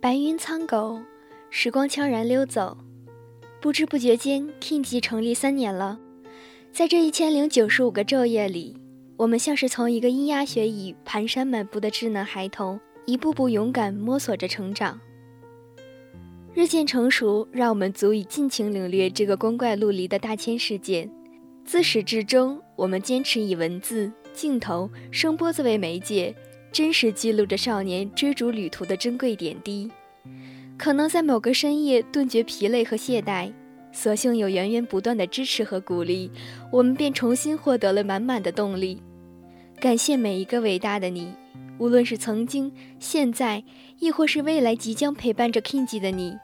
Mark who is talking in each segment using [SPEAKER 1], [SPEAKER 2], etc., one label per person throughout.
[SPEAKER 1] 白云苍狗，时光悄然溜走，不知不觉间，Kingy 成立三年了。在这一千零九十五个昼夜里，我们像是从一个咿呀学语、蹒跚满步的稚嫩孩童，一步步勇敢摸索着成长。日渐成熟，让我们足以尽情领略这个光怪陆离的大千世界。自始至终，我们坚持以文字、镜头、声波作为媒介。真实记录着少年追逐旅途的珍贵点滴，可能在某个深夜顿觉疲累和懈怠，所幸有源源不断的支持和鼓励，我们便重新获得了满满的动力。感谢每一个伟大的你，无论是曾经、现在，亦或是未来即将陪伴着 Kingy 的你，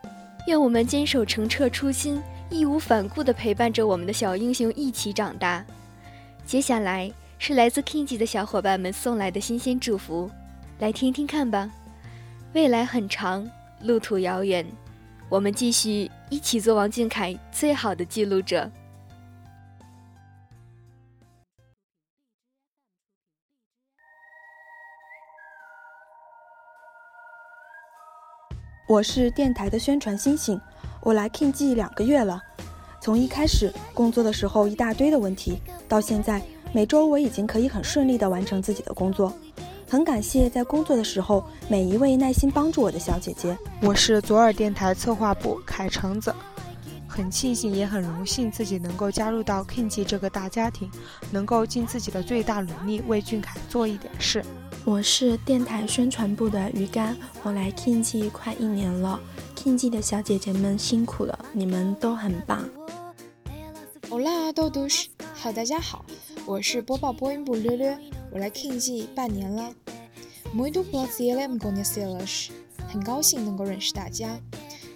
[SPEAKER 1] 愿我们坚守澄澈初心，义无反顾地陪伴着我们的小英雄一起长大。接下来。是来自 Kingy 的小伙伴们送来的新鲜祝福，来听听看吧。未来很长，路途遥远，我们继续一起做王俊凯最好的记录者。
[SPEAKER 2] 我是电台的宣传星星，我来 Kingy 两个月了，从一开始工作的时候一大堆的问题，到现在。每周我已经可以很顺利地完成自己的工作，很感谢在工作的时候每一位耐心帮助我的小姐姐。
[SPEAKER 3] 我是左耳电台策划部凯橙子，很庆幸也很荣幸自己能够加入到 Kingy 这个大家庭，能够尽自己的最大努力为俊凯做一点事。
[SPEAKER 4] 我是电台宣传部的鱼竿，我来 Kingy 快一年了，Kingy 的小姐姐们辛苦了，你们都很棒。
[SPEAKER 5] Hola todos，好，大家好，我是播报播音部溜溜，我来 Kingy 半年啦。Muito prazer em conhecê-los，很高兴能够认识大家，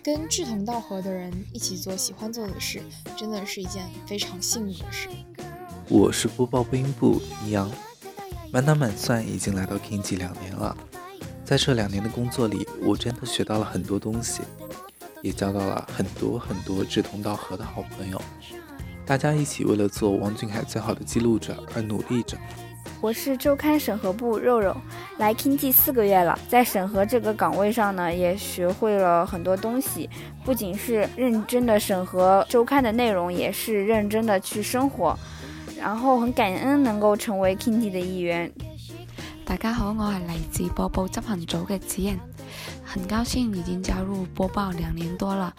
[SPEAKER 5] 跟志同道合的人一起做喜欢做的事，真的是一件非常幸运的事。
[SPEAKER 6] 我是播报播音部尼昂，满打满算已经来到 Kingy 两年了，在这两年的工作里，我真的学到了很多东西，也交到了很多很多志同道合的好朋友。大家一起为了做王俊凯最好的记录者而努力着。
[SPEAKER 7] 我是周刊审核部肉肉，来 Kingy 四个月了，在审核这个岗位上呢，也学会了很多东西，不仅是认真的审核周刊的内容，也是认真的去生活。然后很感恩能够成为 Kingy 的一员。
[SPEAKER 8] 大家好，我係嚟自播報執行組嘅子人，很高興已經加入播報兩年多了，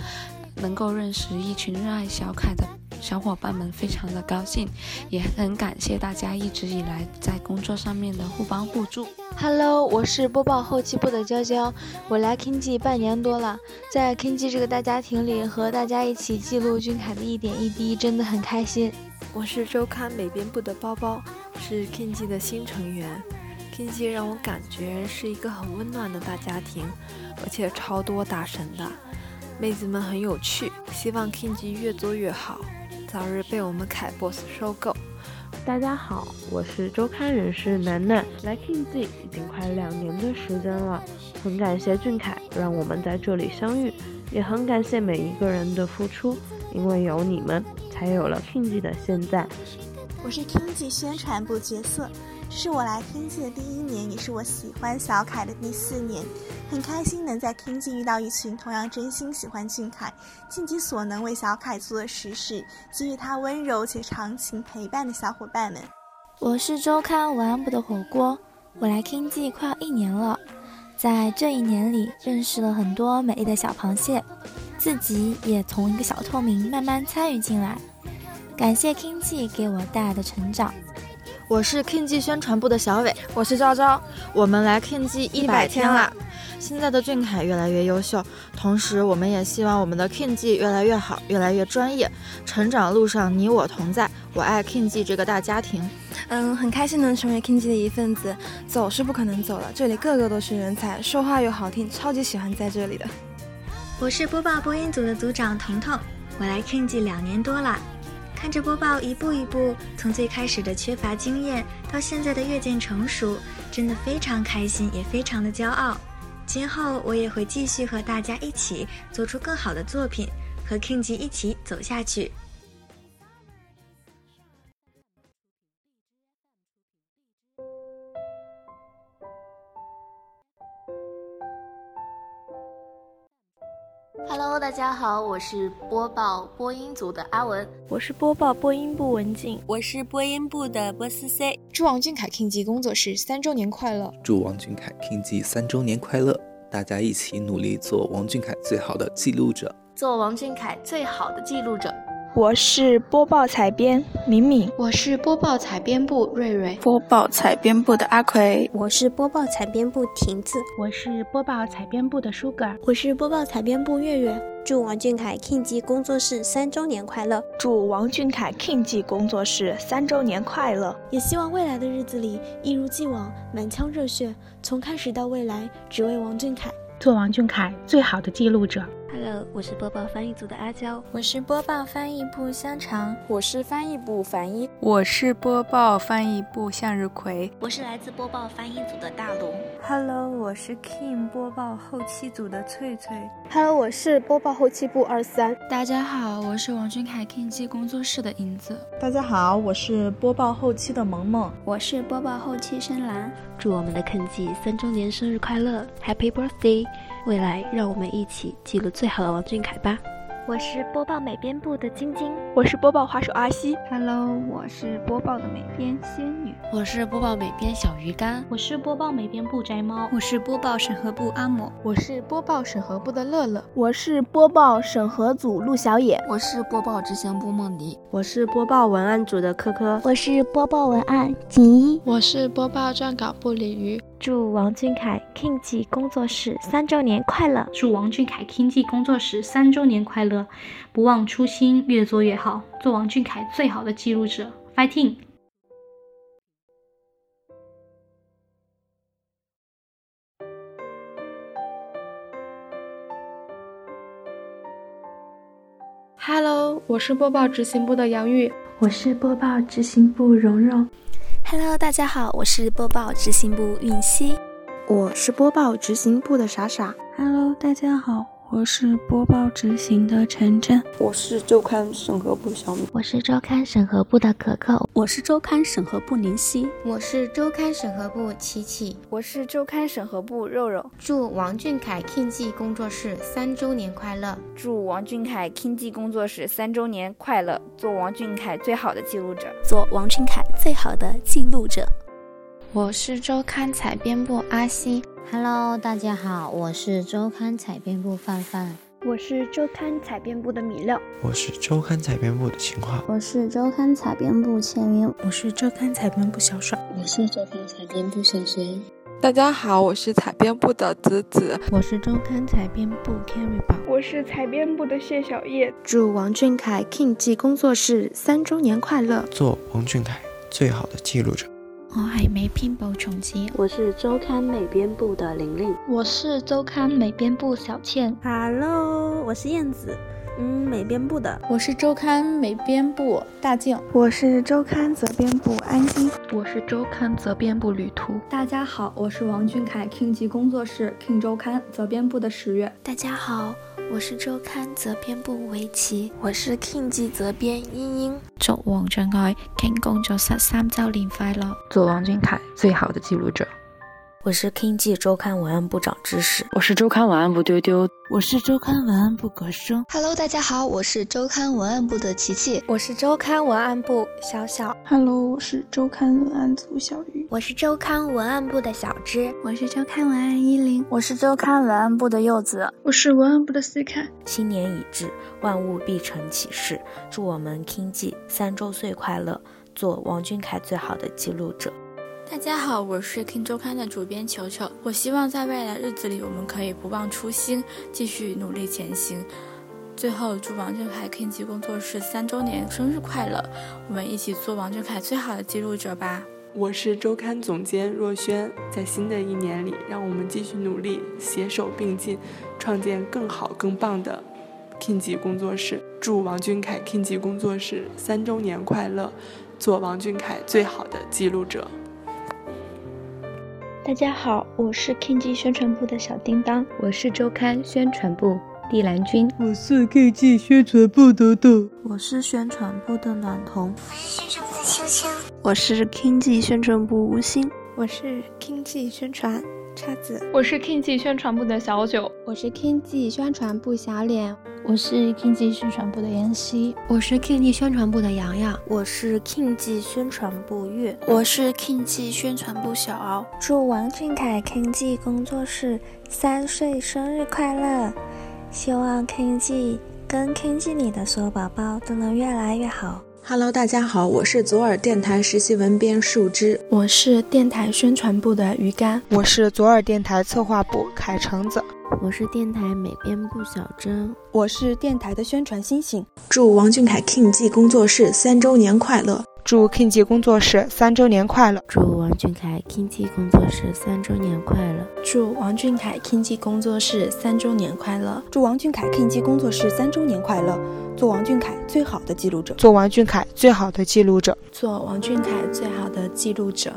[SPEAKER 8] 能夠認識一群熱愛小凯的。小伙伴们非常的高兴，也很感谢大家一直以来在工作上面的互帮互助。
[SPEAKER 9] Hello，我是播报后期部的娇娇，我来 Kingy 半年多了，在 Kingy 这个大家庭里和大家一起记录俊凯的一点一滴，真的很开心。
[SPEAKER 10] 我是周刊美编部的包包，是 Kingy 的新成员。Kingy 让我感觉是一个很温暖的大家庭，而且超多大神的，妹子们很有趣，希望 Kingy 越做越好。早日被我们凯 boss 收购。
[SPEAKER 11] 大家好，我是周刊人士楠楠，来 Kingy 已经快两年的时间了，很感谢俊凯让我们在这里相遇，也很感谢每一个人的付出，因为有你们，才有了 Kingy 的现在。
[SPEAKER 12] 我是 Kingy 宣传部角色，这是我来 Kingy 的第一年，也是我喜欢小凯的第四年，很开心能在 Kingy 遇到一群同样真心喜欢俊凯、尽己所能为小凯做的实事，给予他温柔且长情陪伴的小伙伴们。
[SPEAKER 13] 我是周刊文案部的火锅，我来 Kingy 快要一年了，在这一年里认识了很多美丽的小螃蟹，自己也从一个小透明慢慢参与进来。感谢 Kingy 给我带来的成长。
[SPEAKER 14] 我是 Kingy 宣传部的小伟，我是昭昭，我们来 Kingy 一百天啦！现在的俊凯越来越优秀，同时我们也希望我们的 Kingy 越来越好，越来越专业。成长路上你我同在，我爱 Kingy 这个大家庭。
[SPEAKER 15] 嗯，很开心能成为 Kingy 的一份子，走是不可能走了，这里个个都是人才，说话又好听，超级喜欢在这里的。
[SPEAKER 16] 我是播报播音组的组长彤彤，我来 Kingy 两年多了。看着播报一步一步从最开始的缺乏经验到现在的越见成熟，真的非常开心，也非常的骄傲。今后我也会继续和大家一起做出更好的作品，和 Kingy 一起走下去。
[SPEAKER 1] Hello，大家好，我是播报播音组的阿文，
[SPEAKER 17] 我是播报播音部文静，
[SPEAKER 18] 我是播音部的波思 C。
[SPEAKER 19] 祝王俊凯 King 记工作室三周年快乐！
[SPEAKER 6] 祝王俊凯 King 记三周年快乐！大家一起努力做王俊凯最好的记录者，
[SPEAKER 1] 做王俊凯最好的记录者。
[SPEAKER 20] 我是播报采编敏敏，
[SPEAKER 21] 我是播报采编部瑞瑞，
[SPEAKER 22] 播报采编部的阿奎，
[SPEAKER 23] 我是播报采编部婷子，
[SPEAKER 24] 我是播报采编部的舒格尔，
[SPEAKER 25] 我是播报采编部月月。
[SPEAKER 26] 祝王俊凯 King 记工作室三周年快乐！
[SPEAKER 27] 祝王俊凯 King 记工作室三周年快乐！
[SPEAKER 25] 也希望未来的日子里，一如既往，满腔热血，从开始到未来，只为王俊凯。
[SPEAKER 24] 做王俊凯最好的记录者。
[SPEAKER 9] Hello，我是播报翻译组的阿娇，
[SPEAKER 2] 我是播报翻译部香肠，
[SPEAKER 28] 我是翻译部樊一，
[SPEAKER 29] 我是播报翻译部向日葵，
[SPEAKER 30] 我是来自播报翻译组的大龙。
[SPEAKER 31] Hello，我是 Kim 播报后期组的翠翠。
[SPEAKER 32] Hello，我是播报后期部二三。
[SPEAKER 33] 大家好，我是王俊凯 King 记工作室的银子。
[SPEAKER 34] 大家好，我是播报后期的萌萌，
[SPEAKER 35] 我是播报后期深蓝。
[SPEAKER 9] 祝我们的 King 记三周年生日快乐，Happy Birthday！未来让我们一起记录最好的王俊凯吧。
[SPEAKER 2] 我是播报美编部的晶晶，
[SPEAKER 36] 我是播报画手阿西。
[SPEAKER 37] Hello，我是播报的美编仙女，
[SPEAKER 38] 我是播报美编小鱼干，
[SPEAKER 39] 我是播报美编部宅猫，
[SPEAKER 40] 我是播报审核部阿嬷，
[SPEAKER 41] 我是播报审核部的乐乐，
[SPEAKER 42] 我是播报审核组陆小野，
[SPEAKER 43] 我是播报执行部梦迪，
[SPEAKER 44] 我是播报文案组的科科，
[SPEAKER 45] 我是播报文案锦衣，
[SPEAKER 46] 我是播报撰稿部鲤鱼。
[SPEAKER 2] 祝王俊凯 King 记工作室三周年快乐！
[SPEAKER 47] 祝王俊凯 King 记工作室三周年快乐！不忘初心，越做越好，做王俊凯最好的记录者，fighting！
[SPEAKER 48] Hello，我是播报执行部的杨玉，
[SPEAKER 49] 我是播报执行部蓉蓉。
[SPEAKER 50] Hello，大家好，我是播报执行部允熙，
[SPEAKER 51] 我是播报执行部的傻傻。
[SPEAKER 52] Hello，大家好，我是播报执行的晨晨，
[SPEAKER 53] 我是周刊审核部小米，
[SPEAKER 2] 我是周刊审核部的可可，
[SPEAKER 54] 我是周刊审核部林夕，
[SPEAKER 55] 我是周刊审核部琪琪，
[SPEAKER 7] 我是周刊审核部肉肉。
[SPEAKER 2] 祝王俊凯 King 记工作室三周年快乐！
[SPEAKER 7] 祝王俊凯 King 记工作室三周年快乐！做王俊凯最好的记录者，
[SPEAKER 51] 做王俊凯最好的记录者。
[SPEAKER 24] 我是周刊采编部阿西。
[SPEAKER 56] Hello，大家好，我是周刊采编部范范，
[SPEAKER 57] 我是周刊采编部的米料，
[SPEAKER 58] 我是周刊采编部的情话，
[SPEAKER 59] 我是周刊采编部千云，
[SPEAKER 8] 我是周刊采编部小爽，
[SPEAKER 60] 我是周刊采编部小璇。
[SPEAKER 5] 大家好，我是采编部的子子，
[SPEAKER 61] 我是周刊采编部 Carry 宝，
[SPEAKER 62] 我是采编部的谢小叶。
[SPEAKER 63] 祝王俊凯 King 记工作室三周年快乐！
[SPEAKER 58] 做王俊凯最好的记录者。
[SPEAKER 64] 我係美編部重子，
[SPEAKER 65] 我是周刊美编部的玲玲，
[SPEAKER 66] 我是周刊美编部小倩。
[SPEAKER 67] Hello，我是燕子，嗯，美编部的。
[SPEAKER 68] 我是周刊美编部大静，
[SPEAKER 69] 我是周刊责编部安心，
[SPEAKER 70] 我是周刊责编部旅途。
[SPEAKER 71] 大家好，我是王俊凯 King 级工作室 King 周刊责编部的十月。
[SPEAKER 51] 大家好。我是周刊责编部围棋，
[SPEAKER 52] 我是 King 记责编英英。
[SPEAKER 53] 祝王俊凯 King 工作室三周年快乐！
[SPEAKER 9] 做王俊凯最好的记录者。
[SPEAKER 2] 我是 King 记周刊文案部长知识，
[SPEAKER 28] 我是周刊文案部丢丢，
[SPEAKER 29] 我是周刊文案部葛生。
[SPEAKER 30] Hello，大家好，我是周刊文案部的琪琪，
[SPEAKER 60] 我是周刊文案部小小。
[SPEAKER 5] Hello，我是周刊文案组小鱼，
[SPEAKER 51] 我是周刊文案部的小芝，
[SPEAKER 53] 我是周刊文案依林，
[SPEAKER 54] 我是周刊文案部的柚子，
[SPEAKER 57] 我是文案部的思凯。
[SPEAKER 2] 新年已至，万物必成其事，祝我们 King 记三周岁快乐，做王俊凯最好的记录者。
[SPEAKER 8] 大家好，我是 King 周刊的主编球球。我希望在未来日子里，我们可以不忘初心，继续努力前行。最后，祝王俊凯 King 级工作室三周年生日快乐！我们一起做王俊凯最好的记录者吧。
[SPEAKER 5] 我是周刊总监若轩，在新的一年里，让我们继续努力，携手并进，创建更好更棒的 King 级工作室。祝王俊凯 King 级工作室三周年快乐！做王俊凯最好的记录者。
[SPEAKER 60] 大家好，我是 King 记宣传部的小叮当，
[SPEAKER 42] 我是周刊宣传部地兰君，
[SPEAKER 71] 我是 King 记宣传部豆豆，
[SPEAKER 72] 我是宣传部的暖童，
[SPEAKER 73] 我是宣传部的秋秋，
[SPEAKER 72] 我是 King 记宣传部吴昕，
[SPEAKER 52] 我是 King 记宣传
[SPEAKER 74] 叉子，
[SPEAKER 5] 我是 King G 宣传部的小九，
[SPEAKER 2] 我是 King G 宣传部小脸，
[SPEAKER 75] 我是 King G 宣传部的妍希，
[SPEAKER 76] 我是 King G 宣传部的洋洋，
[SPEAKER 77] 我是 King G 宣传部月，
[SPEAKER 8] 我是 King G 宣传部小敖。
[SPEAKER 9] 祝王俊凯 King G 工作室三岁生日快乐！希望 King G 跟 King G 里的所有宝宝都能越来越好。 Hello，大家好，我是左耳电台实习文编树枝，
[SPEAKER 78] 我是电台宣传部的鱼竿，
[SPEAKER 3] 我是左耳电台策划部凯橙子，
[SPEAKER 79] 我是电台美编部小珍，
[SPEAKER 80] 我是电台的宣传星星。
[SPEAKER 77] 祝王俊凯 King G 工作室三周年快乐！
[SPEAKER 3] 祝 King G 工作室三周年快乐！
[SPEAKER 79] 祝王俊凯 King G 工作室三周年快乐！
[SPEAKER 2] 祝王俊凯 King G 工作室三周年快乐！
[SPEAKER 75] 祝王俊凯 King G 工作室三周年快乐！做王俊凯最好的记录者，
[SPEAKER 3] 做王俊凯最好的记录者，
[SPEAKER 2] 做王俊凯最好的记录者。